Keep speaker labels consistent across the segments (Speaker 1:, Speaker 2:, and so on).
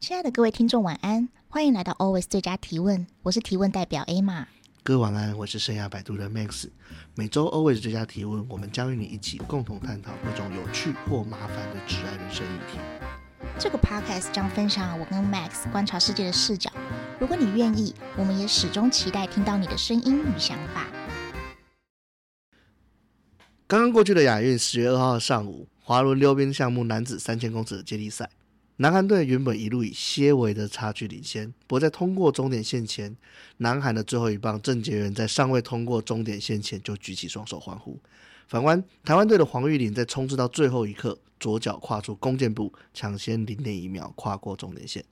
Speaker 1: 亲爱的各位听众，晚安！欢迎来到 Always 最佳提问，我是提问代表 A 玛。
Speaker 2: 各位晚安，我是生涯摆渡的 Max。每周 Always 最佳提问，我们将与你一起共同探讨各种有趣或麻烦的挚爱人生议题。
Speaker 1: 这个 podcast 将分享我跟 Max 观察世界的视角。如果你愿意，我们也始终期待听到你的声音与想法。
Speaker 2: 刚刚过去的亚运，十月二号上午，滑轮溜冰项目男子三千公尺的接力赛，南韩队原本一路以些微的差距领先，不过在通过终点线前，南韩的最后一棒郑杰元在尚未通过终点线前就举起双手欢呼。反观台湾队的黄玉玲，在冲刺到最后一刻，左脚跨出弓箭步，抢先零点一秒跨过终点线。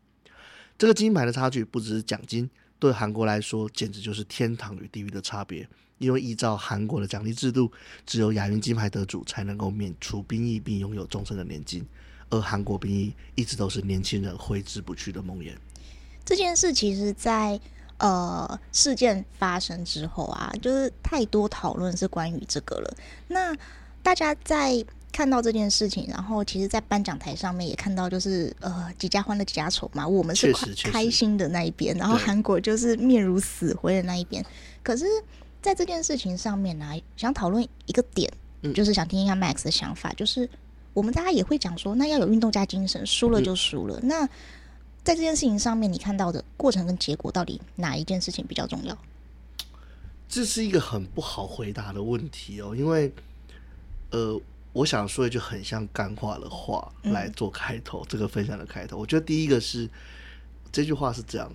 Speaker 2: 这个金牌的差距不只是奖金，对韩国来说简直就是天堂与地狱的差别。因为依照韩国的奖励制度，只有亚运金牌得主才能够免除兵役并拥有终身的年金，而韩国兵役一直都是年轻人挥之不去的梦魇。
Speaker 1: 这件事其实在，呃事件发生之后啊，就是太多讨论是关于这个了。那大家在看到这件事情，然后其实，在颁奖台上面也看到，就是呃几家欢乐几家愁嘛，我们是
Speaker 2: 确
Speaker 1: 快
Speaker 2: 实确实
Speaker 1: 开心的那一边，然后
Speaker 2: 对
Speaker 1: 韩国就是面如死灰的那一边。可是，在这件事情上面呢、啊想讨论一个点，
Speaker 2: 嗯
Speaker 1: 就是想听一下 Max 的想法，就是我们大家也会讲说，那要有运动家精神，输
Speaker 2: 嗯
Speaker 1: 了就输了。那在这件事情上面，你看到的过程跟结果，到底哪一件事情比较重要？
Speaker 2: 这是一个很不好回答的问题哦，因为，呃，我想说一句很像干话的话来做开头，这个分享的开头。我觉得第一个是这句话是这样，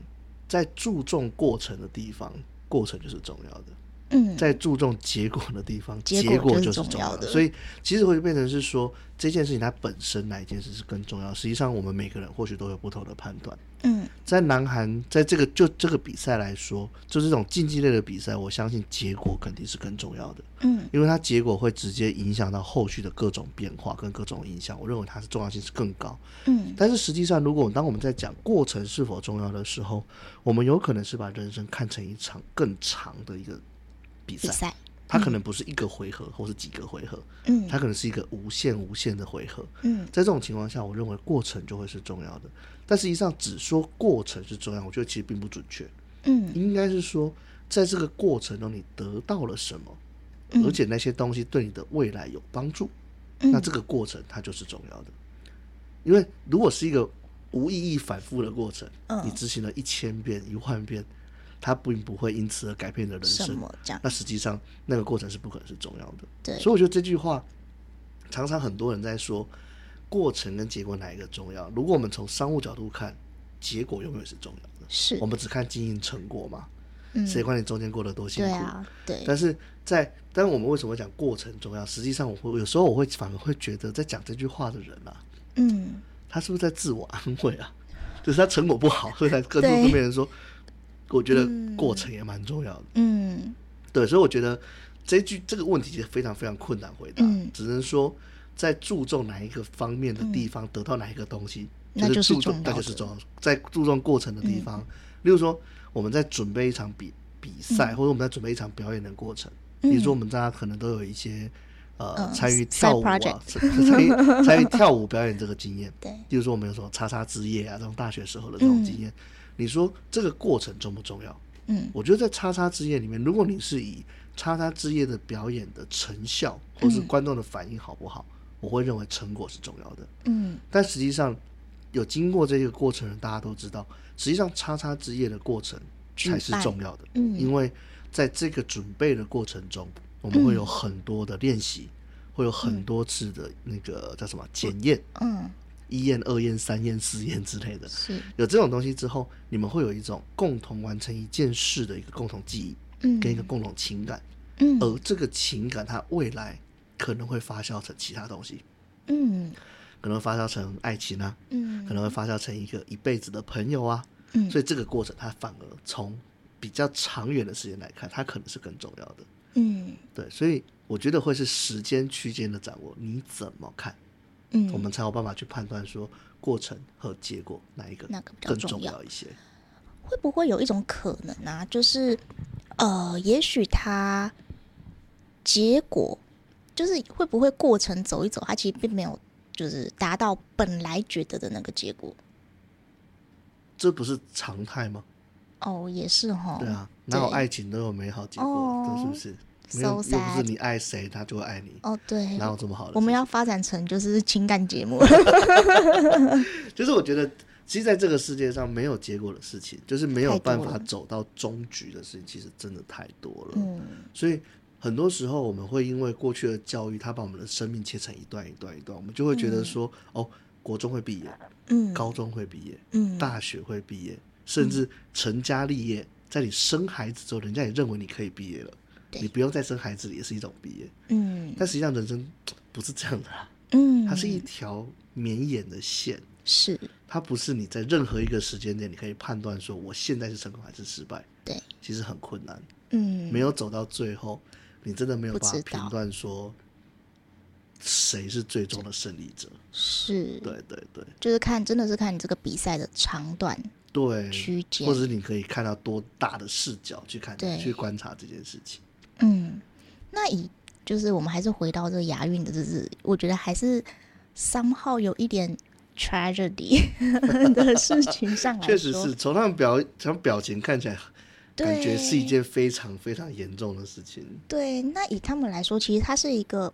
Speaker 2: 在注重过程的地方，过程就是重要的。
Speaker 1: 嗯，
Speaker 2: 在注重结果的地方，
Speaker 1: 结
Speaker 2: 结
Speaker 1: 果
Speaker 2: 果
Speaker 1: 就是
Speaker 2: 是
Speaker 1: 重
Speaker 2: 重
Speaker 1: 要
Speaker 2: 要
Speaker 1: 的
Speaker 2: 所以其实会变成是说这件事情它本身哪一件事是更重要。实际上，我们每个人或许都有不同的判断。
Speaker 1: 嗯
Speaker 2: 在南韩，在这个就这个比赛来说，就这种竞技类的比赛，我相信结果肯定是更重要的，
Speaker 1: 嗯
Speaker 2: 因为它结果会直接影响到后续的各种变化跟各种影响。我认为它是重要性是更高。
Speaker 1: 嗯
Speaker 2: 但是实际上，如果当我们在讲过程是否重要的时候，我们有可能是把人生看成一场更长的一个
Speaker 1: 比
Speaker 2: 比赛。
Speaker 1: 赛，
Speaker 2: 它可能不是一个回合或是几个回合，
Speaker 1: 嗯
Speaker 2: 它可能是一个无限无限的回合。
Speaker 1: 嗯
Speaker 2: 在这种情况下，我认为过程就会是重要的。但实际上，只说过程是重要，我觉得其实并不准确。
Speaker 1: 嗯
Speaker 2: 应该是说，在这个过程中你得到了什么，
Speaker 1: 嗯
Speaker 2: 而且那些东西对你的未来有帮助，
Speaker 1: 嗯
Speaker 2: 那这个过程它就是重要的。因为如果是一个无意义反复的过程，
Speaker 1: 嗯
Speaker 2: 你执行了一千遍、一万遍，它并不会因此而改变你的人
Speaker 1: 什
Speaker 2: 生。
Speaker 1: 么这样？
Speaker 2: 那实际上那个过程是不可能是重要的。
Speaker 1: 啊对
Speaker 2: 所以我觉得这句话常常很多人在说，过程跟结果哪一个重要？如果我们从商务角度看，结果永远是重要的。
Speaker 1: 是
Speaker 2: 我们只看经营成果嘛，
Speaker 1: 嗯
Speaker 2: 谁管你中间过得多辛
Speaker 1: 对
Speaker 2: 苦？
Speaker 1: 啊对
Speaker 2: 但是在，但我们为什么讲过程重要？实际上，我会有时候我会反而会觉得，在讲这句话的人啊，
Speaker 1: 嗯
Speaker 2: 他是不是在自我安慰啊？ 就是他成果不好，所以才跟
Speaker 1: 对
Speaker 2: 跟别人说，我觉得
Speaker 1: 嗯
Speaker 2: 过程也蛮重要的。
Speaker 1: 嗯
Speaker 2: 对，所以我觉得这一句这个问题其实非常非常困难回答，
Speaker 1: 嗯
Speaker 2: 只能说在注重哪一个方面的地方得到哪一个东西，
Speaker 1: 那
Speaker 2: 就
Speaker 1: 就是
Speaker 2: 注重
Speaker 1: 重
Speaker 2: 那
Speaker 1: 要
Speaker 2: 就是
Speaker 1: 的嗯
Speaker 2: 重要，在注重过程的地方，例如说我们在准备一场比比
Speaker 1: 嗯
Speaker 2: 赛，或者我们在准备一场表演的过程，比如说我们大家可能都有一些。呃，
Speaker 1: 嗯
Speaker 2: 参与
Speaker 1: side
Speaker 2: 跳舞啊，
Speaker 1: project
Speaker 2: 参与 参与跳舞表演这个经验，
Speaker 1: 对
Speaker 2: 例如说我们有什么叉叉之夜啊，这种大学时候的这种经验，你说这个过程重不重要？
Speaker 1: 嗯
Speaker 2: 我觉得在叉叉之夜里面，如果你是以叉叉之夜的表演的成效，或
Speaker 1: 嗯
Speaker 2: 是观众的反应好不好，我会认为成果是重要的。
Speaker 1: 嗯
Speaker 2: 但实际上，有经过这个过程的大家都知道，实际上叉叉之夜的过程才是重要的，
Speaker 1: 嗯
Speaker 2: 因为在这个准备的过程中，我们会有很多的练习，
Speaker 1: 嗯
Speaker 2: 会有很多次的那个叫什么检验，
Speaker 1: 嗯
Speaker 2: 一验、二验、三验、四验之类的。
Speaker 1: 是
Speaker 2: 有这种东西之后，你们会有一种共同完成一件事的一个共同记忆，
Speaker 1: 嗯
Speaker 2: 跟一个共同情感，
Speaker 1: 嗯
Speaker 2: 而这个情感它未来可能会发酵成其他东西，
Speaker 1: 嗯
Speaker 2: 可能会发酵成爱情啊，
Speaker 1: 嗯
Speaker 2: 可能会发酵成一个一辈子的朋友啊，
Speaker 1: 嗯
Speaker 2: 所以这个过程它反而从比较长远的时间来看，它可能是更重要的。
Speaker 1: 嗯
Speaker 2: 对，所以我觉得会是时间区间的掌握，你怎么看，
Speaker 1: 嗯
Speaker 2: 我们才有办法去判断说过程和结果哪一个
Speaker 1: 哪个比较
Speaker 2: 更
Speaker 1: 重
Speaker 2: 重
Speaker 1: 要
Speaker 2: 要一些。
Speaker 1: 会不会有一种可能啊，就是呃，也许他结果就是会不会过程走一走，他其实并没有就是达到本来觉得的那个结果。
Speaker 2: 这不是常态吗？
Speaker 1: 哦，也是哈。
Speaker 2: 对啊，哪有
Speaker 1: 对
Speaker 2: 爱情都有美好结果，
Speaker 1: 哦
Speaker 2: 这是不是？
Speaker 1: So
Speaker 2: 没有，又不是
Speaker 1: sad
Speaker 2: 你爱谁，他就会爱你，
Speaker 1: 哦，对
Speaker 2: 哪，有这么好的事情？
Speaker 1: 我们要发展成就是情感节目。
Speaker 2: 就是我觉得，其实在这个世界上没有结果的事情，就是没有
Speaker 1: 太多
Speaker 2: 办
Speaker 1: 了
Speaker 2: 法走到终局的事情，其实真的太多了。
Speaker 1: 嗯，
Speaker 2: 所以很多时候我们会因为过去的教育，它把我们的生命切成一段一段一段，我们就会觉得说，哦，国中会毕业，
Speaker 1: 嗯
Speaker 2: 高中会毕业，
Speaker 1: 嗯，
Speaker 2: 大学会毕业，甚至成家立业，在你生孩子之后，人家也认为你可以毕业了，
Speaker 1: 对
Speaker 2: 你不用再生孩子了也是一种毕业。
Speaker 1: 嗯
Speaker 2: 但实际上人生不是这样的啦，
Speaker 1: 嗯，
Speaker 2: 它是一条绵延的线。
Speaker 1: 是
Speaker 2: 它不是你在任何一个时间点，你可以判断说我现在是成功还是失败，
Speaker 1: 对，
Speaker 2: 其实很困难。
Speaker 1: 嗯，
Speaker 2: 没有走到最后，你真的没有
Speaker 1: 不
Speaker 2: 办法
Speaker 1: 知道
Speaker 2: 评断说谁是最终的胜利者。
Speaker 1: 是，
Speaker 2: 对对对
Speaker 1: 就是看真的是看你这个比赛的长短
Speaker 2: 对，
Speaker 1: 区间
Speaker 2: 嗯或，者你可以看到多大的视角去看
Speaker 1: 对
Speaker 2: 去观察这件事情。
Speaker 1: 嗯，那以就是我们还是回到这个牙韵的日子，我觉得还是 somehow 有一点 tragedy 的事情上来
Speaker 2: 确
Speaker 1: 说，
Speaker 2: 实是从他们表从表情看起来，感觉是一
Speaker 1: 对
Speaker 2: 件非常非常严重的事情。
Speaker 1: 对，那以他们来说，其实它是一个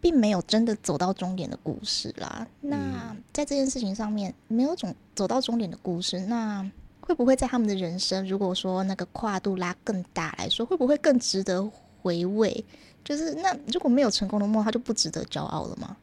Speaker 1: 并没有真的走到终点的故事啦。那
Speaker 2: 嗯
Speaker 1: 在这件事情上面，没有总走到终点的故事，那会不会在他们的人生，如果说那个跨度拉更大来说，会不会更值得回味？就是那如果没有成功的梦，他就不值得骄傲了吗？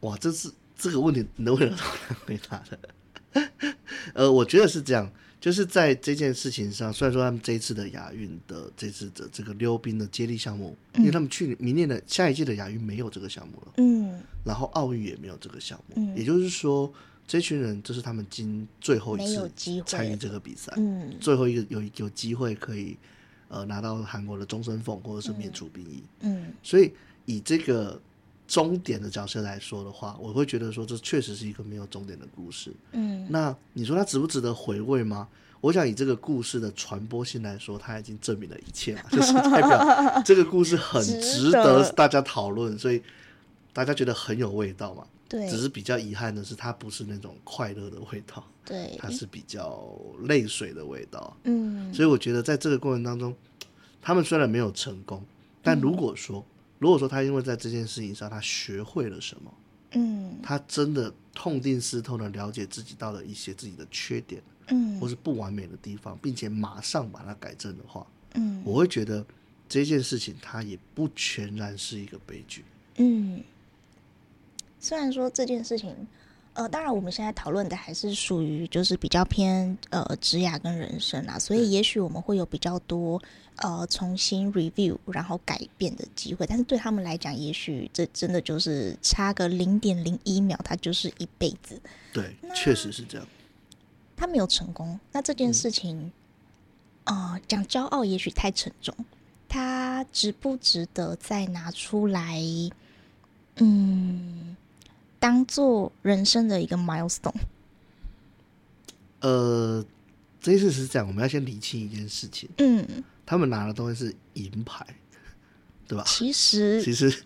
Speaker 2: 哇，这是这个问题能不能让我来回答的？ 呃，我觉得是这样，就是在这件事情上，虽然说他们这一次的亚运的这次的这个溜冰的接力项目，因为他们去年明年的下一届的亚运没有这个项目了，
Speaker 1: 嗯，
Speaker 2: 然后奥运也没有这个项目，
Speaker 1: 嗯
Speaker 2: 也就是说，这群人这是他们今最后一
Speaker 1: 没有
Speaker 2: 次
Speaker 1: 机会
Speaker 2: 参与
Speaker 1: 了。
Speaker 2: 这个比赛，
Speaker 1: 嗯
Speaker 2: 最后一个有有机会可以呃拿到韩国的终身俸或者是免除兵役，
Speaker 1: 嗯
Speaker 2: 所以以这个终点的角色来说的话，我会觉得说这确实是一个没有终点的故事。
Speaker 1: 嗯
Speaker 2: 那你说它值不值得回味吗？我想以这个故事的传播性来说，它已经证明了一切嘛，就是代表这个故事很值
Speaker 1: 值得
Speaker 2: 得大家讨论，所以大家觉得很有味道嘛。
Speaker 1: 对
Speaker 2: 只是比较遗憾的是，它不是那种快乐的味道，
Speaker 1: 对
Speaker 2: 它，是比较泪水的味道。
Speaker 1: 嗯
Speaker 2: 所以我觉得在这个过程当中，他们虽然没有成功，
Speaker 1: 嗯
Speaker 2: 但如果说、如果说他因为在这件事情上他学会了什么，
Speaker 1: 嗯
Speaker 2: 他真的痛定思痛的了解自己到了一些自己的缺点
Speaker 1: 嗯
Speaker 2: 或是不完美的地方，并且马上把它改正的话，
Speaker 1: 嗯
Speaker 2: 我会觉得这件事情它也不全然是一个悲剧。
Speaker 1: 嗯，虽然说这件事情，呃，当然我们现在讨论的还是属于就是比较偏呃职涯跟人生啊，所以也许我们会有比较多呃重新 review 然后改变的机会，但是对他们来讲，也许这真的就是差个零点零一秒，它就是一辈子，
Speaker 2: 对，确实是这样。
Speaker 1: 他没有成功，那这
Speaker 2: 嗯
Speaker 1: 件事情，呃，讲骄傲也许太沉重，他值不值得再拿出来，嗯，当做人生的一个 milestone？
Speaker 2: 呃，这件事是这样，我们要先理清一件事情，
Speaker 1: 嗯，
Speaker 2: 他们拿的都是银牌，对吧？
Speaker 1: 其实
Speaker 2: 其实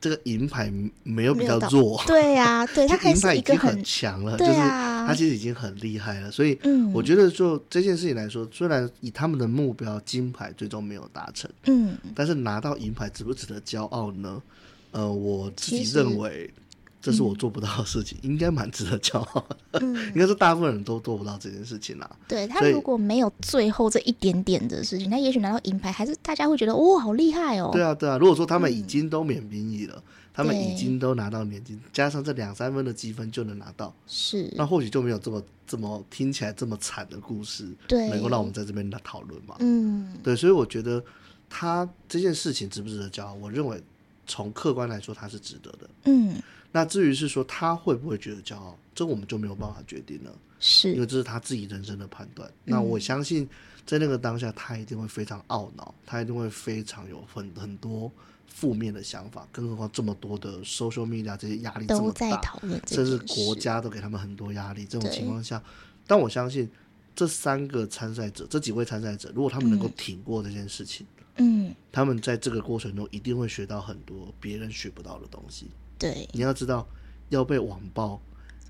Speaker 2: 这个银牌没有比
Speaker 1: 没
Speaker 2: 较
Speaker 1: 有到
Speaker 2: 弱，
Speaker 1: 对呀、对他
Speaker 2: 就
Speaker 1: 还
Speaker 2: 银牌
Speaker 1: 是
Speaker 2: 已
Speaker 1: 一个
Speaker 2: 经很强了，
Speaker 1: 对
Speaker 2: 就是
Speaker 1: 啊
Speaker 2: 他其实已经很厉害了。所以
Speaker 1: 嗯，
Speaker 2: 我觉得，就这件事情来说，虽然以他们的目标金牌最终没有达成，
Speaker 1: 嗯
Speaker 2: 但是拿到银牌值不值得骄傲呢？呃，我自己
Speaker 1: 其实
Speaker 2: 认为。这是我做不到的事情，应该蛮值得骄傲的。应
Speaker 1: 嗯，
Speaker 2: 该是大部分人都做不到这件事情啦、
Speaker 1: 对他
Speaker 2: 所以
Speaker 1: 如果没有最后这一点点的事情，他也许拿到银牌，还是大家会觉得哇、好厉害哦。嗯
Speaker 2: 对啊，对啊。如果说他们已经都免兵役了，他们已
Speaker 1: 对
Speaker 2: 经都拿到年金，加上这两三分的积分就能拿到，
Speaker 1: 是，
Speaker 2: 那或许就没有这么这么听起来这么惨的故事，
Speaker 1: 对，
Speaker 2: 能够让我们在这边来讨论嘛？
Speaker 1: 嗯
Speaker 2: 对，所以我觉得他这件事情值不值得骄傲，我认为从客观来说他是值得的。
Speaker 1: 嗯
Speaker 2: 那至于是说他会不会觉得骄傲，这我们就没有办法决定了，因
Speaker 1: 是
Speaker 2: 为这是他自己人生的判断。
Speaker 1: 嗯
Speaker 2: 那我相信在那个当下，他一定会非常懊恼，他一定会非常有很很多负面的想法，更何况这么多的 social media 这些压力这
Speaker 1: 都
Speaker 2: 么
Speaker 1: 在
Speaker 2: 大，
Speaker 1: 讨论这
Speaker 2: 甚
Speaker 1: 件
Speaker 2: 至
Speaker 1: 事，
Speaker 2: 国家都给他们很多压力。这种
Speaker 1: 对
Speaker 2: 情况下，但我相信这三个参赛者，这几位参赛者，如果他们能够
Speaker 1: 嗯
Speaker 2: 挺过这件事情，
Speaker 1: 嗯。
Speaker 2: 他们在这个过程中一定会学到很多别人学不到的东西。
Speaker 1: 对，
Speaker 2: 你要知道，要被网暴，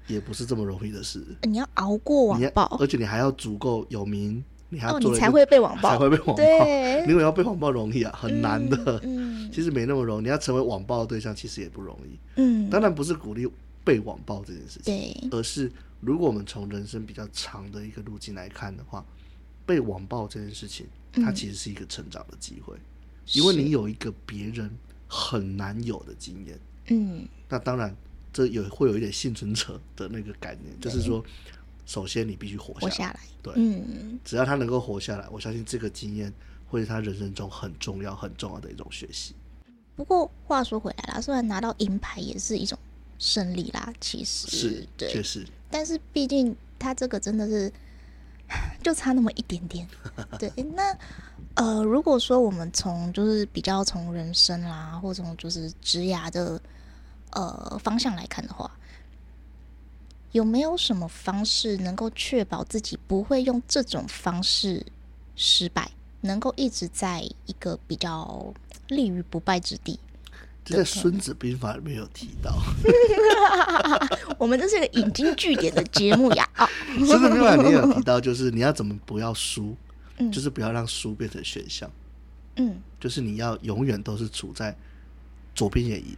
Speaker 2: 也不是这么容易的事。
Speaker 1: 你要熬过
Speaker 2: 你
Speaker 1: 网
Speaker 2: 要
Speaker 1: 暴，
Speaker 2: 而且你还要足够有名，你还要
Speaker 1: 哦，
Speaker 2: 做
Speaker 1: 你
Speaker 2: 了一
Speaker 1: 才
Speaker 2: 个
Speaker 1: 会被网
Speaker 2: 才
Speaker 1: 暴，
Speaker 2: 会被网暴。
Speaker 1: 对，
Speaker 2: 你以为要被网暴容易啊？很难的，
Speaker 1: 嗯
Speaker 2: 其实没那么容易。你要成为网暴的对象，其实也不容易。
Speaker 1: 嗯，
Speaker 2: 当然不是鼓励被网暴这件事情，
Speaker 1: 对，
Speaker 2: 而是如果我们从人生比较长的一个路径来看的话，被网暴这件事情，它
Speaker 1: 嗯
Speaker 2: 其实是一个成长的机会，因为你有一个别人很难有的经验。
Speaker 1: 嗯
Speaker 2: 那当然，这有会有一点幸存者的那个概念，就是说，首先你必须活
Speaker 1: 活
Speaker 2: 下
Speaker 1: 下
Speaker 2: 来，
Speaker 1: 来，
Speaker 2: 对
Speaker 1: 嗯
Speaker 2: 只要他能够活下来，我相信这个经验会是他人生中很重要、很重要的一种学习。
Speaker 1: 不过话说回来啦，虽然拿到银牌也是一种胜利啦，其实
Speaker 2: 是，确
Speaker 1: 对，
Speaker 2: 实，
Speaker 1: 但是毕竟他这个真的是 就差那么一点 点。对，那呃，如果说我们从就是比较从人生啦，或从就是职涯的呃方向来看的话。有没有什么方式能够确保自己不会用这种方式失败，能够一直在一个比较立于不败之地？
Speaker 2: 这在《孙子兵法》里面有提到，
Speaker 1: 我们这是个引经据典的节目 呀！啊，
Speaker 2: 《孙子兵法》里面有提 到，就是你要怎么不要输，
Speaker 1: 嗯
Speaker 2: 就是不要让输变成选项，
Speaker 1: 嗯
Speaker 2: 就是你要永远都是处在左边也赢、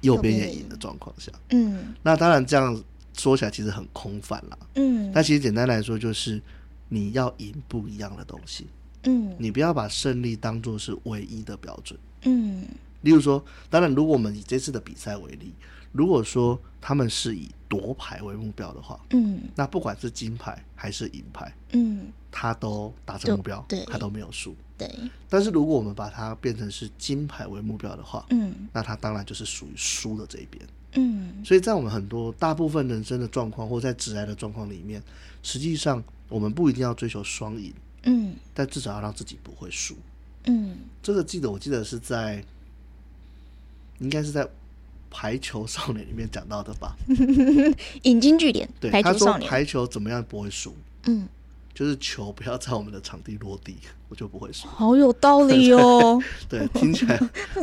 Speaker 2: 右边
Speaker 1: 右边
Speaker 2: 也
Speaker 1: 也赢
Speaker 2: 赢的状况下。
Speaker 1: 嗯
Speaker 2: 那当然，这样说起来其实很空泛啦。
Speaker 1: 嗯
Speaker 2: 但其实简单来说，就是你要赢不一样的东西，
Speaker 1: 嗯
Speaker 2: 你不要把胜利当做是唯一的标准。
Speaker 1: 嗯
Speaker 2: 例如说，当然，如果我们以这次的比赛为例，如果说他们是以夺牌为目标的话，
Speaker 1: 嗯
Speaker 2: 那不管是金牌还是银牌，
Speaker 1: 嗯，
Speaker 2: 他都达成目标
Speaker 1: 就对，
Speaker 2: 他都没有输。
Speaker 1: 对，
Speaker 2: 但是如果我们把它变成是金牌为目标的话，
Speaker 1: 嗯
Speaker 2: 那他当然就是属于输的这一边。
Speaker 1: 嗯
Speaker 2: 所以在我们很多大部分人生的状况，或在职癌的状况里面，实际上我们不一定要追求双赢，
Speaker 1: 嗯
Speaker 2: 但至少要让自己不会输。
Speaker 1: 嗯
Speaker 2: 这个记得，我记得是在，应该是在《排球少年》里面讲到的吧？
Speaker 1: 引经据典，
Speaker 2: 对，
Speaker 1: 排
Speaker 2: 他
Speaker 1: 球
Speaker 2: 说
Speaker 1: 少年，
Speaker 2: 排球怎么样不会输，
Speaker 1: 嗯，
Speaker 2: 就是球不要在我们的场地落地，我就不会输。
Speaker 1: 好有道理哦。
Speaker 2: 对，听起来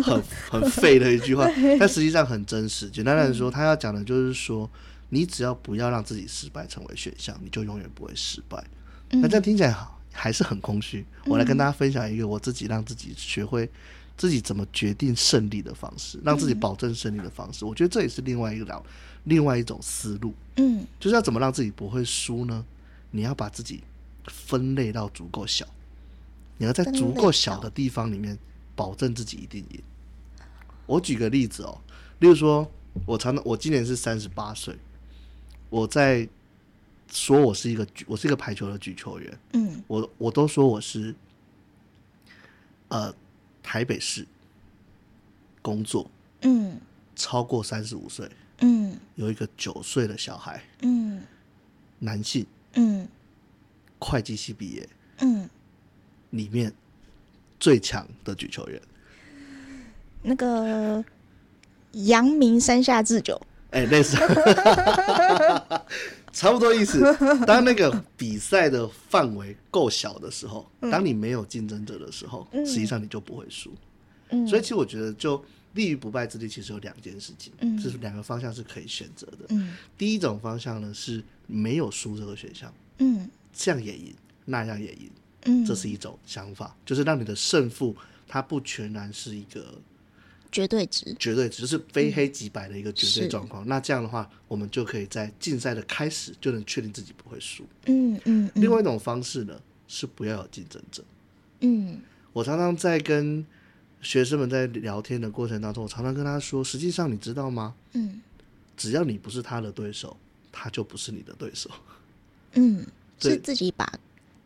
Speaker 2: 很很废的一句话，但实际上很真实。简单来说，他要讲的就是说，你只要不要让自己失败成为选项，你就永远不会失败。那这样听起来好还是很空虚。我来跟大家分享一个我自己让自己学会自己怎么决定胜利的方式，让自己保证胜利的方式。我觉得这也是另外一个了另外一种思路，
Speaker 1: 嗯
Speaker 2: 就是要怎么让自己不会输呢？你要把自己分类到足够小，你要在
Speaker 1: 分类
Speaker 2: 足够小的地方里面保证自己一定赢。我举个例子哦，例如说，我常常我今年是三十八岁，我在说我是一个举我是一个排球的举球员，
Speaker 1: 嗯
Speaker 2: 我我都说我是呃台北市工作
Speaker 1: 嗯
Speaker 2: 超过三十五岁，
Speaker 1: 嗯
Speaker 2: 有一个九岁的小孩，
Speaker 1: 嗯
Speaker 2: 男性，
Speaker 1: 嗯
Speaker 2: 会计系毕业，
Speaker 1: 嗯，
Speaker 2: 里面最强的举球员。
Speaker 1: 那个阳明山下智久，
Speaker 2: 哎、类似，差不多意思。当那个比赛的范围够小的时候，当你没有竞争者的时候，实际上你就不会输。
Speaker 1: 嗯
Speaker 2: 所以其实我觉得，就立于不败之地，其实有两件事情，是两个方向是可以选择的。
Speaker 1: 嗯
Speaker 2: 第一种方向呢是没有输这个选项，
Speaker 1: 嗯
Speaker 2: 这样也赢，那样也赢，
Speaker 1: 嗯，
Speaker 2: 这是一种想法，就是让你的胜负它不全然是一个
Speaker 1: 绝对值，
Speaker 2: 绝对值，就是非黑即白的一个绝
Speaker 1: 嗯
Speaker 2: 对
Speaker 1: 是
Speaker 2: 状况。那这样的话，我们就可以在竞赛的开始就能确定自己不会输。
Speaker 1: 嗯嗯
Speaker 2: 另外一种方式呢，是不要有竞争者。
Speaker 1: 嗯
Speaker 2: 我常常在跟学生们在聊天的过程当中，我常常跟他说，实际上你知道吗？
Speaker 1: 嗯
Speaker 2: 只要你不是他的对手，他就不是你的对手。
Speaker 1: 嗯，
Speaker 2: 对
Speaker 1: 是自己把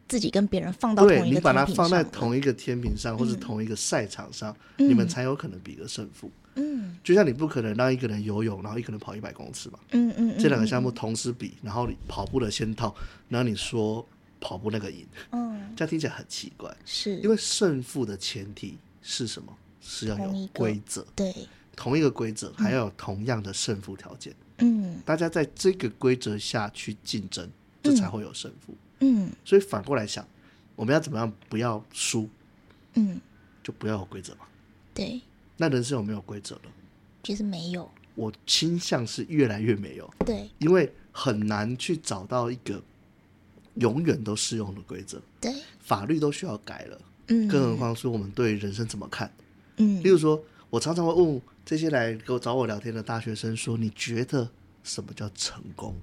Speaker 1: 自己跟别人放到
Speaker 2: 对
Speaker 1: 同一
Speaker 2: 你
Speaker 1: 个
Speaker 2: 把它
Speaker 1: 天平
Speaker 2: 放在
Speaker 1: 上了嗯
Speaker 2: 同一个天平上，或是同一个赛场上，你们才有可能比个胜负。
Speaker 1: 嗯
Speaker 2: 就像你不可能让一个人游泳，然后一个人跑一百公尺嘛。
Speaker 1: 嗯嗯，
Speaker 2: 这两个项目同时比，然后你跑步的先套，然后你说跑步那个赢，
Speaker 1: 嗯
Speaker 2: 这样听起来很奇怪。因
Speaker 1: 是，
Speaker 2: 为胜负的前提是什么？是要
Speaker 1: 同
Speaker 2: 有
Speaker 1: 一个嗯
Speaker 2: 规则，
Speaker 1: 对，
Speaker 2: 同一个规则，还要有同样的胜负条件，
Speaker 1: 嗯
Speaker 2: 大家在这个规则下去竞争，这才会有胜负。
Speaker 1: 嗯
Speaker 2: 所以反过来想，我们要怎么样不要输，
Speaker 1: 嗯，
Speaker 2: 就不要有规则嘛。
Speaker 1: 对，
Speaker 2: 那人生有没有规则呢？
Speaker 1: 其实没有，
Speaker 2: 我倾向是越来越没有，
Speaker 1: 对，
Speaker 2: 因为很难去找到一个永远都适用的规则，
Speaker 1: 对，
Speaker 2: 法律都需要改了，
Speaker 1: 嗯，
Speaker 2: 更何况是我们对人生怎么看。
Speaker 1: 嗯
Speaker 2: 例如说，我常常会问这些来给我找我聊天的大学生说：“你觉得什么叫成功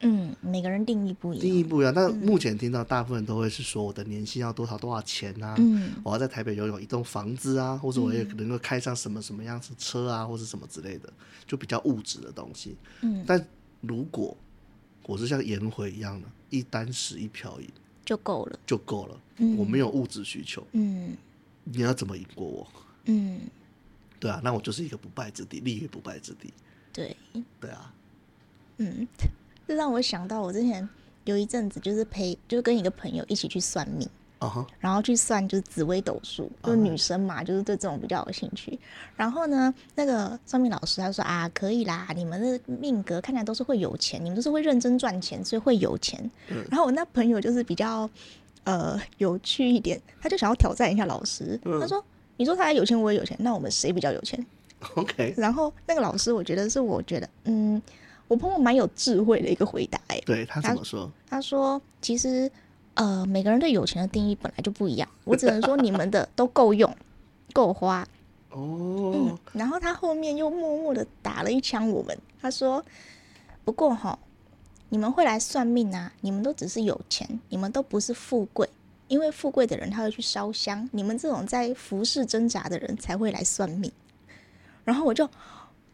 Speaker 1: 嗯，每个人定义不一？”样，
Speaker 2: 定义不一样，
Speaker 1: 嗯
Speaker 2: 但目前听到大部分都会是说我的年薪要多少多少钱啊，
Speaker 1: 嗯
Speaker 2: 我要在台北拥有一栋房子啊，或者我也能够开上什么什么样子车啊，或者什么之类的，就比较物质的东西。
Speaker 1: 嗯，
Speaker 2: 但如果我是像颜回一样的，一箪食一瓢饮
Speaker 1: 就够了，
Speaker 2: 就够了，
Speaker 1: 嗯
Speaker 2: 我没有物质需求，
Speaker 1: 嗯
Speaker 2: 你要怎么赢过我？
Speaker 1: 嗯，
Speaker 2: 对啊，那我就是一个不败之地，立于不败之地。
Speaker 1: 对，
Speaker 2: 对啊，
Speaker 1: 嗯，这让我想到我之前有一阵子就是陪，就是跟一个朋友一起去算命，
Speaker 2: 啊哈，
Speaker 1: 然后去算就是紫微斗数，就
Speaker 2: 嗯
Speaker 1: 是女生嘛，就是对这种比较有兴趣。然后呢，那个算命老师他说啊，可以啦，你们的命格看起来都是会有钱，你们都是会认真赚钱，所以会有钱。
Speaker 2: 嗯
Speaker 1: 然后我那朋友就是比较呃有趣一点，他就想要挑战一下老师，
Speaker 2: 嗯
Speaker 1: 他说。你说他有钱，我也有钱，那我们谁比较有钱？
Speaker 2: OK，
Speaker 1: 然后那个老师，我觉得是我觉得，嗯，我朋友蛮有智慧的一个回答、欸，
Speaker 2: 对他怎么说？
Speaker 1: 他说：“其实，呃，每个人对有钱的定义本来就不一样。我只能说你们的都够用，够花。嗯
Speaker 2: 哦，”
Speaker 1: 然后他后面又默默的打了一枪我们。他说：“不过哈，你们会来算命啊，你们都只是有钱，你们都不是富贵。因为富贵的人他会去烧香，你们这种在服侍挣扎的人才会来算命。”然后我就，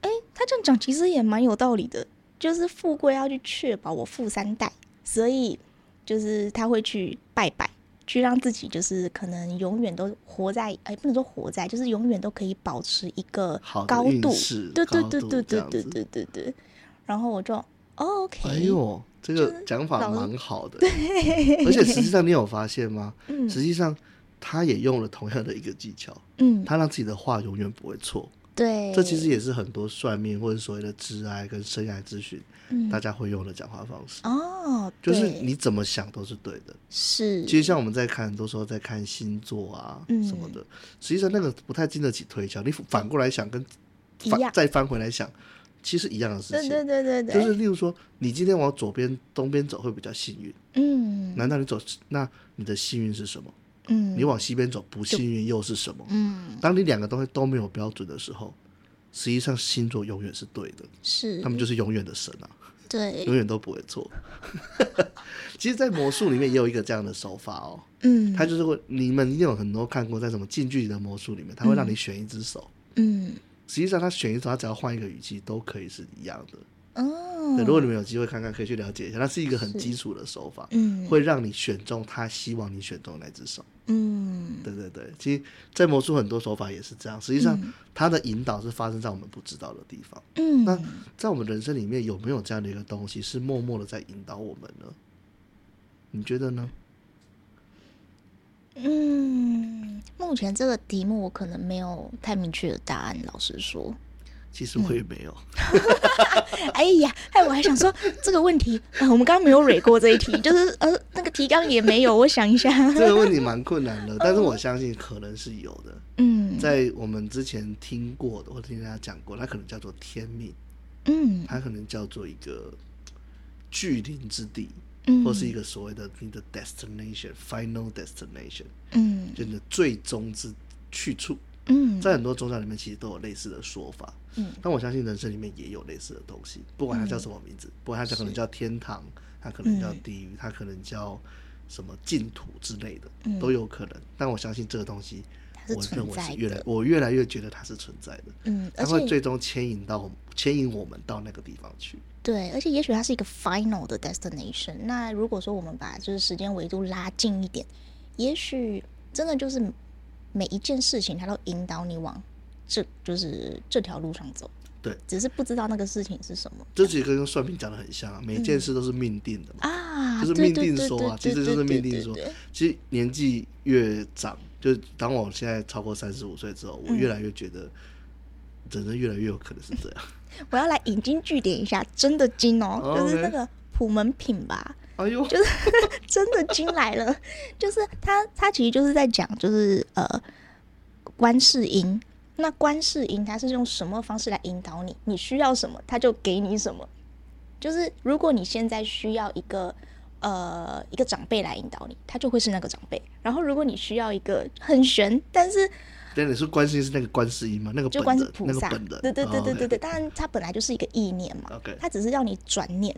Speaker 1: 哎，他这样讲其实也蛮有道理的，就是富贵要去确保我富三代。所以就是他会去拜拜，去让自己就是可能永远都活在，哎、不能说活在，就是永远都可以保持一个
Speaker 2: 好的
Speaker 1: 高
Speaker 2: 运
Speaker 1: 度
Speaker 2: 势，
Speaker 1: 对对
Speaker 2: 高
Speaker 1: 对
Speaker 2: 度
Speaker 1: 对
Speaker 2: 这
Speaker 1: 对
Speaker 2: 样
Speaker 1: 对
Speaker 2: 子
Speaker 1: 对对对。然后我就、哦 OK，
Speaker 2: 哎呦，这个讲法
Speaker 1: 老师
Speaker 2: 蛮好的，而且实际上你有发现吗？
Speaker 1: 嗯
Speaker 2: 实际上他也用了同样的一个技巧，
Speaker 1: 嗯，
Speaker 2: 他让自己的话永远不会错。
Speaker 1: 对，
Speaker 2: 这其实也是很多算命或者所谓的致癌跟生癌咨询
Speaker 1: 嗯
Speaker 2: 大家会用的讲话方式，
Speaker 1: 哦，
Speaker 2: 就是
Speaker 1: 对
Speaker 2: 你怎么想都是对的。
Speaker 1: 是
Speaker 2: 其实像我们在看，很多时候在看星座啊
Speaker 1: 嗯
Speaker 2: 什么的，实际上那个不太经得起推敲。你反过来想，跟
Speaker 1: 一
Speaker 2: 反
Speaker 1: 样
Speaker 2: 再翻回来想，其实一样的事
Speaker 1: 对
Speaker 2: 情。
Speaker 1: 对对对对，
Speaker 2: 就是例如说，你今天往左边东边走会比较幸运，
Speaker 1: 嗯
Speaker 2: 难道你走那你的幸运是什么？
Speaker 1: 嗯，
Speaker 2: 你往西边走不幸运又是什么？
Speaker 1: 嗯
Speaker 2: 当你两个东西都没有标准的时候，实际上星座永远是对的，
Speaker 1: 是
Speaker 2: 他们就是永远的神啊，
Speaker 1: 对
Speaker 2: 永远都不会错。 其实，在魔术里面也有一个这样的手法哦，
Speaker 1: 嗯
Speaker 2: 它就是会，你们一定有很多看过，在什么近距离的魔术里面，它会让你选一只手。
Speaker 1: 嗯
Speaker 2: 实际上，它选一手，它只要换一个语气都可以是一样的。
Speaker 1: 哦
Speaker 2: 对，如果你们有机会看看，可以去了解一下，它是一个很
Speaker 1: 是
Speaker 2: 基础的手法，
Speaker 1: 嗯
Speaker 2: 会让你选中他希望你选中的那只手。
Speaker 1: 嗯
Speaker 2: 对对对，其实，在魔术很多手法也是这样，实际上它的引导是发生在我们不知道的地方。
Speaker 1: 嗯
Speaker 2: 那在我们人生里面有没有这样的一个东西是默默的在引导我们呢？你觉得呢？
Speaker 1: 嗯，目前这个题目我可能没有太明确的答案，老实说。
Speaker 2: 其实我
Speaker 1: 嗯
Speaker 2: 也没有，
Speaker 1: 哎呀，哎，我还想说这个问题，呃、我们刚刚没有蕊过这一题， 就是呃那个提纲也没有，我想一下。
Speaker 2: 这个问题蛮困难的，但是我相信可能是有的。
Speaker 1: 嗯
Speaker 2: 在我们之前听过的，或者听人家讲过，它可能叫做天命，
Speaker 1: 嗯
Speaker 2: 它可能叫做一个巨灵之地，
Speaker 1: 嗯，
Speaker 2: 或是一个所谓的你的 destination final destination，
Speaker 1: 嗯
Speaker 2: 就你的最终之去处。
Speaker 1: 嗯
Speaker 2: 在很多宗教里面其实都有类似的说法，
Speaker 1: 嗯，
Speaker 2: 但我相信人生里面也有类似的东西，不管它叫什么名字，不管它叫可能叫天堂，它可能叫
Speaker 1: 嗯
Speaker 2: 地狱，它可能叫什么净土之类的，
Speaker 1: 嗯
Speaker 2: 都有可能。但我相信这个东西，
Speaker 1: 它是
Speaker 2: 我认
Speaker 1: 存
Speaker 2: 为
Speaker 1: 在
Speaker 2: 是越来
Speaker 1: 的
Speaker 2: 我越来越觉得它是存在的，
Speaker 1: 嗯，
Speaker 2: 它
Speaker 1: 而
Speaker 2: 会
Speaker 1: 且
Speaker 2: 最终牵引到我们牵引我们到那个地方去。
Speaker 1: 对，而且也许它是一个 final 的 destination。那如果说我们把就是时间维度拉近一点，也许真的就是每一件事情它都引导你往这就是这条路上走，
Speaker 2: 对，
Speaker 1: 只是不知道那个事情是什么
Speaker 2: 这其实跟算命讲的很像啊，每
Speaker 1: 嗯
Speaker 2: 件事都是命定的嘛。
Speaker 1: 啊，
Speaker 2: 就是
Speaker 1: 对
Speaker 2: 命
Speaker 1: 对
Speaker 2: 定
Speaker 1: 对
Speaker 2: 说啊，其
Speaker 1: 对对
Speaker 2: 实就是
Speaker 1: 对
Speaker 2: 命定
Speaker 1: 对
Speaker 2: 说
Speaker 1: 对。
Speaker 2: 其实年纪越长，就是当我现在超过三十五岁之后，我
Speaker 1: 嗯
Speaker 2: 越来越觉得人生越来越有可能是这样。
Speaker 1: 我要来引经据典一下，真的经哦，
Speaker 2: 哦
Speaker 1: 就是那
Speaker 2: OK
Speaker 1: 个普门品吧，
Speaker 2: 哎呦，
Speaker 1: 真的经来了，就是他他其实就是在讲，就是呃观世音。那观世音他是用什么方式来引导你？你需要什么，他就给你什么。就是如果你现在需要一个呃一个长辈来引导你，他就会是那个长辈。然后如果你需要一个很玄，但是
Speaker 2: 但你是观世音是那个观世音吗？那个
Speaker 1: 就
Speaker 2: 本
Speaker 1: 观世
Speaker 2: 人
Speaker 1: 菩
Speaker 2: 那个
Speaker 1: 萨，
Speaker 2: 本人，哦
Speaker 1: 对对对对对对，
Speaker 2: 对
Speaker 1: 当然它本来就是一个意念嘛，
Speaker 2: ，OK，
Speaker 1: 它只是让你转念。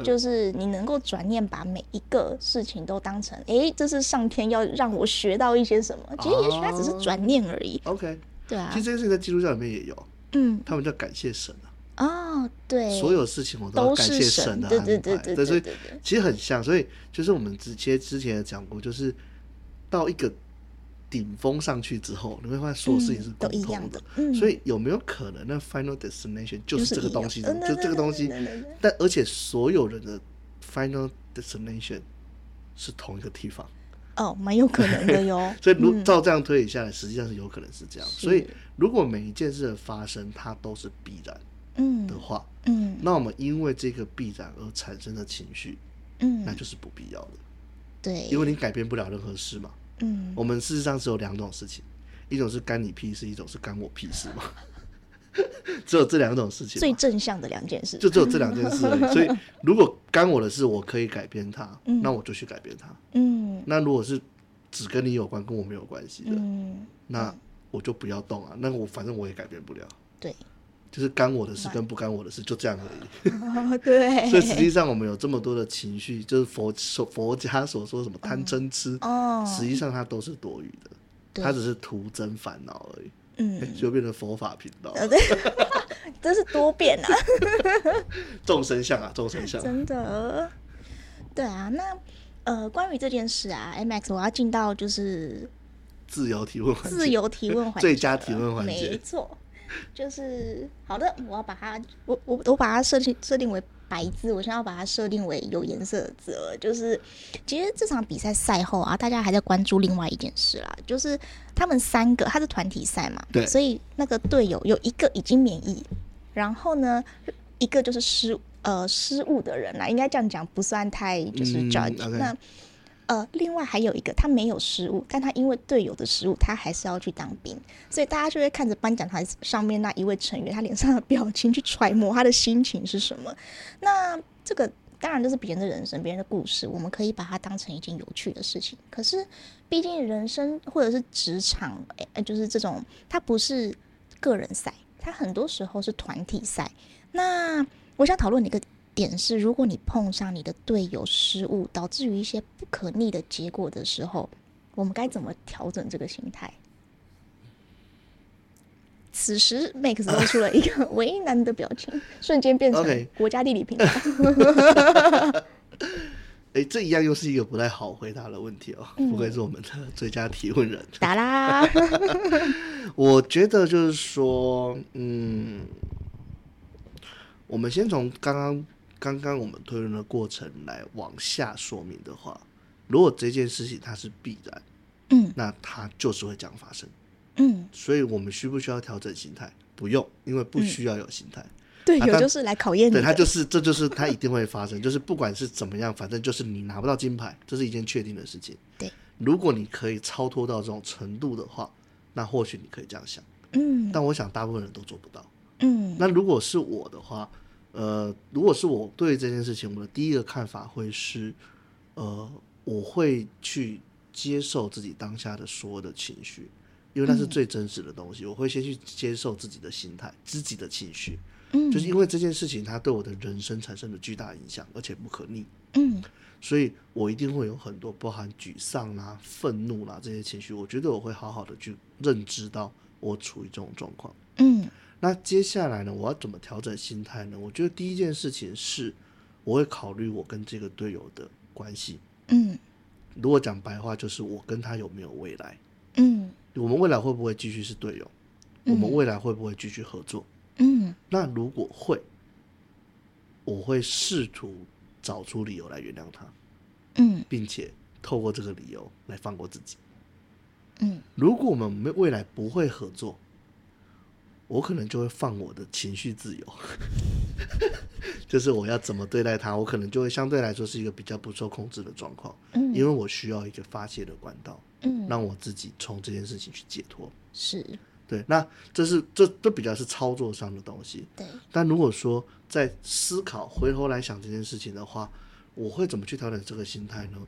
Speaker 2: 嗯
Speaker 1: 就是你能够转念，把每一个事情都当成，诶，这是上天要让我学到一些什么。其实也许它只是
Speaker 2: 哦
Speaker 1: 转念而已，
Speaker 2: OK，
Speaker 1: 对啊
Speaker 2: 其实，这件事情在基督教里面也有，
Speaker 1: 嗯，
Speaker 2: 他们叫感谢神啊，
Speaker 1: 哦，对，
Speaker 2: 所有事情我要
Speaker 1: 都
Speaker 2: 感
Speaker 1: 是
Speaker 2: 谢
Speaker 1: 神，
Speaker 2: 的安
Speaker 1: 对
Speaker 2: 排，
Speaker 1: 对对对对对
Speaker 2: 所以
Speaker 1: 对，
Speaker 2: 其实很像，所以就是我们之前之前也讲过，就是到一个顶峰上去之后，你会发现所有事情是
Speaker 1: 嗯
Speaker 2: 共
Speaker 1: 都一
Speaker 2: 通
Speaker 1: 样
Speaker 2: 的
Speaker 1: 的。，嗯，
Speaker 2: 所以有没有可能，那 final destination 就
Speaker 1: 就是
Speaker 2: 这个
Speaker 1: 一样
Speaker 2: 东西，
Speaker 1: 嗯
Speaker 2: 就这个东西
Speaker 1: 对，对对对对
Speaker 2: 但而且所有人的 final destination 是同一个地方，
Speaker 1: 哦，蛮有可能的哟
Speaker 2: 。所以如
Speaker 1: 嗯
Speaker 2: 照这样推理下来，实际上是有可能是这样。
Speaker 1: 是
Speaker 2: 所以如果每一件事的发生，它都是必然
Speaker 1: 嗯
Speaker 2: 的话，
Speaker 1: 嗯
Speaker 2: 那我们因为这个必然而产生的情绪，那
Speaker 1: 嗯，
Speaker 2: 就是不必要的，
Speaker 1: 对，
Speaker 2: 因为你改变不了任何事嘛。
Speaker 1: 嗯
Speaker 2: 我们事实上是有两种事情，一种是干你屁事，一种是干我屁事嘛。 只有这两种事情
Speaker 1: 最
Speaker 2: 嘛，
Speaker 1: 正向的两件事，
Speaker 2: 就只有这两件事而已。所以，如果干我的事，我可以改变它，
Speaker 1: 嗯
Speaker 2: 那我就去改变它。
Speaker 1: 嗯
Speaker 2: 那如果是只跟你有关，跟我没有关系的，
Speaker 1: 嗯，
Speaker 2: 那我就不要动啊。那我反正我也改变不了，
Speaker 1: 对，
Speaker 2: 就是干我的事跟不干我的事就这样而已。
Speaker 1: 哦对，
Speaker 2: 所以实际上我们有这么多的情绪，就是佛所佛家所说什么贪嗔痴，
Speaker 1: 哦，
Speaker 2: 实际上它都是多余的，
Speaker 1: 对
Speaker 2: 它只是徒增烦恼而已，
Speaker 1: 嗯，
Speaker 2: 就变成佛法频道，
Speaker 1: 呃 对，真是多变啊，
Speaker 2: 众生相啊，众生相。
Speaker 1: 真的。对啊，那呃，关于这件事啊，MX，我要进到就是
Speaker 2: 自由提问环节，
Speaker 1: 自由提问环节，
Speaker 2: 最佳提问环节
Speaker 1: 没错，就是好的，我要把它，我我我把它设定设定为白字，我现在要把它设定为有颜色的字了。就是其实这场比赛赛后啊，大家还在关注另外一件事啦，就是他们三个，他是团体赛嘛，
Speaker 2: 对
Speaker 1: 所以那个队友有一个已经免疫，然后呢，一个就是失呃失误的人啦，应该这样讲不算太就是
Speaker 2: 嗯
Speaker 1: judge、
Speaker 2: ，OK
Speaker 1: 那。呃，另外还有一个，他没有失误，但他因为队友的失误，他还是要去当兵，所以大家就会看着颁奖台上面那一位成员他脸上的表情去揣摩他的心情是什么。那这个当然就是别人的人生、别人的故事，我们可以把它当成一件有趣的事情。可是，毕竟人生或者是职场，哎、呃就是这种，它不是个人赛，它很多时候是团体赛。那我想讨论的一个点是，如果你碰上你的队友失误，导致于一些不可逆的结果的时候，我们该怎么调整这个心态？此时，Max 露出了一个为难的表 情，瞬间变成
Speaker 2: OK
Speaker 1: 国家地理频道。
Speaker 2: 哎、这一样又是一个不太好回答的问题哦，
Speaker 1: 嗯
Speaker 2: 不愧是我们的最佳提问人。
Speaker 1: 打啦！
Speaker 2: 我觉得就是说，嗯，我们先从刚刚刚刚我们推论的过程来往下说明的话，如果这件事情它是必然，
Speaker 1: 嗯
Speaker 2: 那它就是会这样发生。
Speaker 1: 嗯，
Speaker 2: 所以我们需不需要调整心态？不用，因为不需要有心态。
Speaker 1: 队
Speaker 2: 啊
Speaker 1: 友
Speaker 2: 但
Speaker 1: 就是来考验你
Speaker 2: 对，
Speaker 1: 嗯
Speaker 2: 它
Speaker 1: 的。
Speaker 2: 就是这就是它一定会发生，就是不管是怎么样，反正就是你拿不到金牌，这是一件确定的事情。
Speaker 1: 对，
Speaker 2: 如果你可以超脱到这种程度的话，那或许你可以这样想。
Speaker 1: 嗯
Speaker 2: 但我想大部分人都做不到。
Speaker 1: 嗯
Speaker 2: 那如果是我的话，呃，如果是我对这件事情，我的第一个看法会是，呃，我会去接受自己当下的所有的情绪，因为那是最真实的东西。我会先去接受自己的心态、自己的情绪，
Speaker 1: 嗯
Speaker 2: 就是因为这件事情它对我的人生产生了巨大影响，而且不可逆。
Speaker 1: 嗯
Speaker 2: 所以我一定会有很多包含沮丧啦、愤怒啦这些情绪，我觉得我会好好的去认知到我处于这种状况。
Speaker 1: 嗯
Speaker 2: 那接下来呢，我要怎么调整心态呢？我觉得第一件事情是，我会考虑我跟这个队友的关系。
Speaker 1: 嗯
Speaker 2: 如果讲白话，就是我跟他有没有未来，
Speaker 1: 嗯
Speaker 2: 我们未来会不会继续是队友？我们未来会不会继续合作？
Speaker 1: 嗯
Speaker 2: 那如果会，我会试图找出理由来原谅他，
Speaker 1: 嗯
Speaker 2: 并且透过这个理由来放过自己。
Speaker 1: 嗯
Speaker 2: 如果我们未来不会合作，我可能就会放我的情绪自由， 就是我要怎么对待他，我可能就会相对来说是一个比较不受控制的状况，
Speaker 1: 嗯，
Speaker 2: 因为我需要一个发泄的管道，
Speaker 1: 嗯
Speaker 2: 让我自己从这件事情去解脱。
Speaker 1: 是
Speaker 2: 对，那这是这这比较是操作上的东西。
Speaker 1: 对，
Speaker 2: 但如果说在思考回头来想这件事情的话，我会怎么去调整这个心态呢？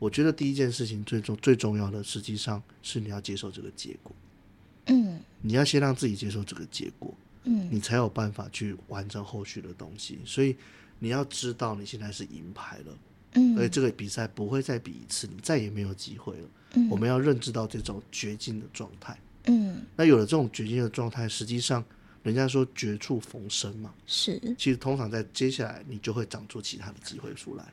Speaker 2: 我觉得第一件事情最重最重要的，实际上是你要接受这个结果，
Speaker 1: 嗯
Speaker 2: 你要先让自己接受这个结果，
Speaker 1: 嗯
Speaker 2: 你才有办法去完成后续的东西。所以你要知道你现在是银牌了，而且
Speaker 1: 嗯
Speaker 2: 这个比赛不会再比一次，你再也没有机会了。
Speaker 1: 嗯
Speaker 2: 我们要认知到这种绝境的状态。
Speaker 1: 嗯，
Speaker 2: 那有了这种绝境的状态，实际上人家说绝处逢生嘛，
Speaker 1: 是，
Speaker 2: 其实通常在接下来你就会长出其他的机会出来。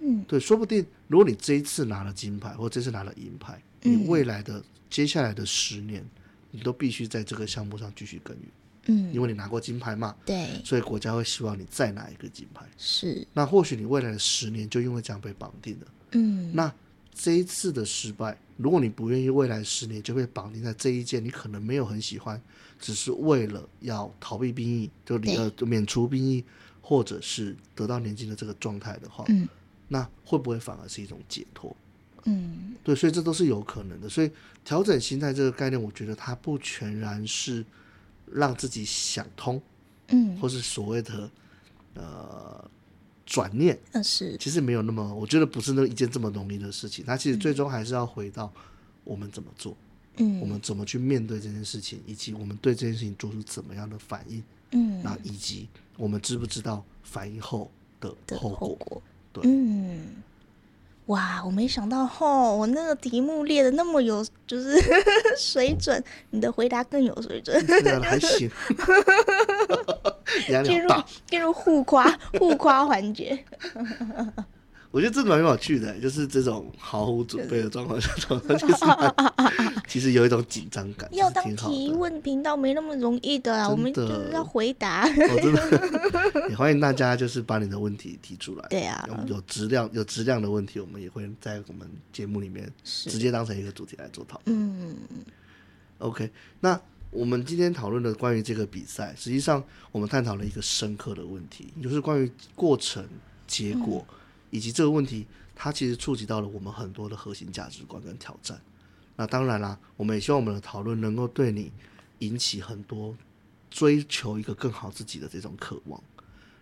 Speaker 1: 嗯
Speaker 2: 对，说不定如果你这一次拿了金牌，或这次拿了银牌，你
Speaker 1: 嗯
Speaker 2: 未来的接下来的十年，你都必须在这个项目上继续耕耘，
Speaker 1: 嗯，
Speaker 2: 因为你拿过金牌嘛，
Speaker 1: 对，
Speaker 2: 所以国家会希望你再拿一个金牌。
Speaker 1: 是，
Speaker 2: 那或许你未来的十年就因为这样被绑定了。
Speaker 1: 嗯
Speaker 2: 那这一次的失败，如果你不愿意未来十年就被绑定在这一件，你可能没有很喜欢，只是为了要逃避兵役，就
Speaker 1: 对
Speaker 2: 离呃就免除兵役，或者是得到年金的这个状态的话，
Speaker 1: 嗯
Speaker 2: 那会不会反而是一种解脱？
Speaker 1: 嗯
Speaker 2: 对，所以这都是有可能的。所以调整心态这个概念，我觉得它不全然是让自己想通，
Speaker 1: 嗯，
Speaker 2: 或是所谓的呃转念，
Speaker 1: 那是，
Speaker 2: 其实没有那么，我觉得不是那一件这么容易的事情。它其实最终还是要回到我们怎么做，我
Speaker 1: 嗯
Speaker 2: 们怎么去面对这件事情，以及我们对这件事情做出怎么样的反应，
Speaker 1: 嗯
Speaker 2: 那以及我们知不知道反应后的
Speaker 1: 的
Speaker 2: 后
Speaker 1: 后
Speaker 2: 果。
Speaker 1: 果，
Speaker 2: 对
Speaker 1: 嗯。哇，我没想到吼，我那个题目列的那么有，就是 水准，你的回答更有水准。
Speaker 2: 对啊，还行，压力
Speaker 1: 进
Speaker 2: 好
Speaker 1: 入
Speaker 2: 大。
Speaker 1: 进入互 夸互夸环节，
Speaker 2: 我觉得这蛮有趣的，就是这种毫无准备的状况下， 其实蛮 其实有一种紧张感，
Speaker 1: 要
Speaker 2: 其实
Speaker 1: 当
Speaker 2: 挺好
Speaker 1: 提
Speaker 2: 的。
Speaker 1: 问频道没那么容易的啊，我们就
Speaker 2: 真的
Speaker 1: 是要回答。
Speaker 2: 我哦 真的也欢迎大家就是把你的问题提出来。
Speaker 1: 对啊
Speaker 2: 有有质量有质量的问题，我们也会在我们节目里面直
Speaker 1: 是，
Speaker 2: 接当成一个主题来做讨论。
Speaker 1: 嗯
Speaker 2: OK，那我们今天讨论的关于这个比赛，实际上我们探讨了一个深刻的问题，就是关于过程、结果、以及这个问题，它其实触及到了我们很多的核心价值观跟挑战。那当然啦，我们也希望我们的讨论能够对你引起很多追求一个更好自己的这种渴望。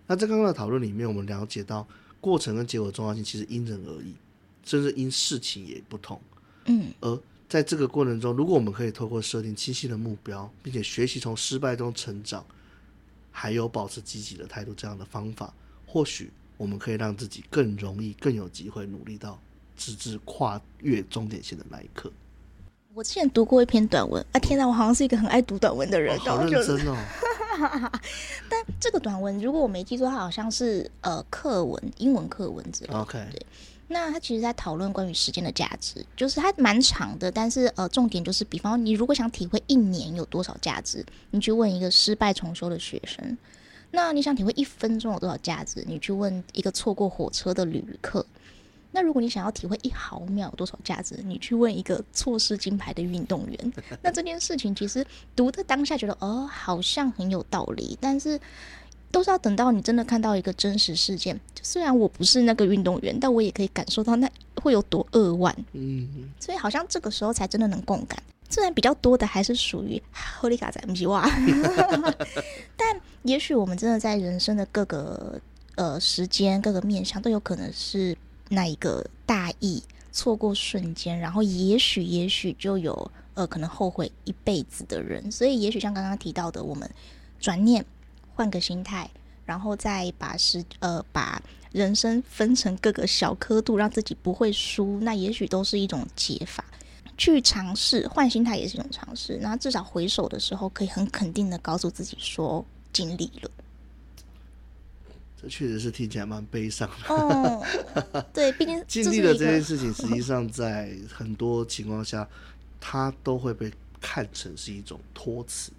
Speaker 2: 那在刚刚的讨论里面，我们了解到过程跟结果的重要性其实因人而异，甚至因事情也不同。
Speaker 1: 嗯
Speaker 2: 而在这个过程中，如果我们可以透过设定清晰的目标，并且学习从失败中成长，还有保持积极的态度这样的方法，或许我们可以让自己更容易、更有机会努力到直至跨越终点线的那一刻。
Speaker 1: 我之前读过一篇短文啊，天哪，我好像是一个很爱读短文的人哦，
Speaker 2: 哇，好认
Speaker 1: 就
Speaker 2: 真哦！
Speaker 1: 但这个短文，如果我没记错，它好像是呃课文，英文课文之类的。
Speaker 2: OK，
Speaker 1: 那它其实在讨论关于时间的价值，就是它蛮长的，但是呃重点就是，比方你如果想体会一年有多少价值，你去问一个失败重修的学生；那你想体会一分钟有多少价值，你去问一个错过火车的旅客。那如果你想要体会一毫秒有多少价值，你去问一个错失金牌的运动员。那这件事情其实读的当下觉得哦，好像很有道理，但是都是要等到你真的看到一个真实事件。就虽然我不是那个运动员，但我也可以感受到那会有多扼腕，
Speaker 2: 嗯，
Speaker 1: 所以好像这个时候才真的能共感。虽然比较多的还是属于 Holy 卡仔不吉哇，但也许我们真的在人生的各个呃时间、各个面向都有可能是那一个大意，错过瞬间，然后也许也许就有呃可能后悔一辈子的人。所以也许像刚刚提到的，我们转念换个心态，然后再把时呃把人生分成各个小刻度，让自己不会输，那也许都是一种解法。去尝试换心态也是一种尝试，然后至少回首的时候，可以很肯定的告诉自己说尽力了。
Speaker 2: 这确实是听起来蛮悲伤的。
Speaker 1: 哦，对，毕竟
Speaker 2: 尽
Speaker 1: 这
Speaker 2: 力
Speaker 1: 是
Speaker 2: 了
Speaker 1: 一
Speaker 2: 这件
Speaker 1: 个
Speaker 2: 事情，实际上在很多情况下，它都会被看成是一种托词，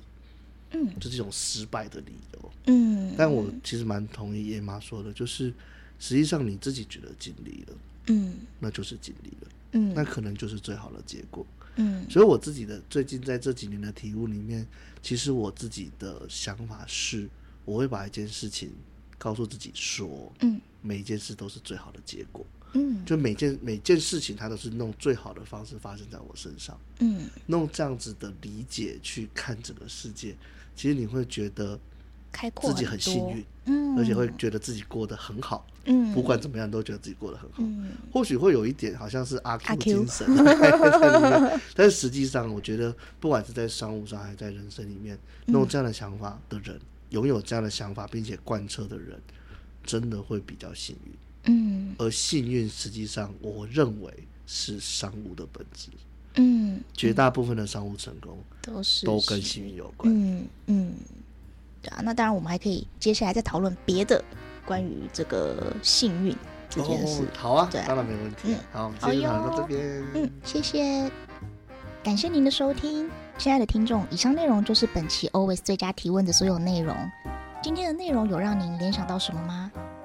Speaker 1: 嗯
Speaker 2: 就是一种失败的理由。
Speaker 1: 嗯，
Speaker 2: 但我其实蛮同意叶妈说的，就是实际上你自己觉得尽力了，
Speaker 1: 嗯
Speaker 2: 那就是尽力了，
Speaker 1: 嗯
Speaker 2: 那可能就是最好的结果。
Speaker 1: 嗯
Speaker 2: 所以我自己的最近在这几年的体悟里面，其实我自己的想法是，我会把一件事情告诉自己说，
Speaker 1: 嗯
Speaker 2: 每一件事都是最好的结果，
Speaker 1: 嗯
Speaker 2: 就每件每件事情它都是用最好的方式发生在我身上。
Speaker 1: 嗯
Speaker 2: 用这样子的理解去看整个世界，其实你会觉得
Speaker 1: 开阔
Speaker 2: 自己很
Speaker 1: 很
Speaker 2: 幸
Speaker 1: 多
Speaker 2: 运，
Speaker 1: 嗯，
Speaker 2: 而且会觉得自己过得很好，
Speaker 1: 嗯
Speaker 2: 不管怎么样都觉得自己过得很好。
Speaker 1: 嗯
Speaker 2: 或许会有一点好像是阿 Q
Speaker 1: 阿 Q
Speaker 2: 精神在里面，但是实际上，我觉得不管是在商务上还是在人生里面，
Speaker 1: 嗯
Speaker 2: 弄这样的想法的人，拥有这样的想法并且贯彻的人，真的会比较幸运。
Speaker 1: 嗯
Speaker 2: 而幸运实际上，我认为是商务的本质，
Speaker 1: 嗯
Speaker 2: 绝大部分的商务成功
Speaker 1: 都是
Speaker 2: 都跟幸运有关。
Speaker 1: 嗯嗯，对啊，那当然我们还可以接下来再讨论别的关于这个幸运这件事。
Speaker 2: 哦，好啊，
Speaker 1: 对啊
Speaker 2: 当然没问题
Speaker 1: 嗯。
Speaker 2: 好，我们今天就讨论到
Speaker 1: 好哟
Speaker 2: 这边。
Speaker 1: 嗯，谢谢，感谢您的收听，亲爱的听众。以上内容就是本期 Always 最佳提问的所有内容。今天的内容有让您联想到什么吗？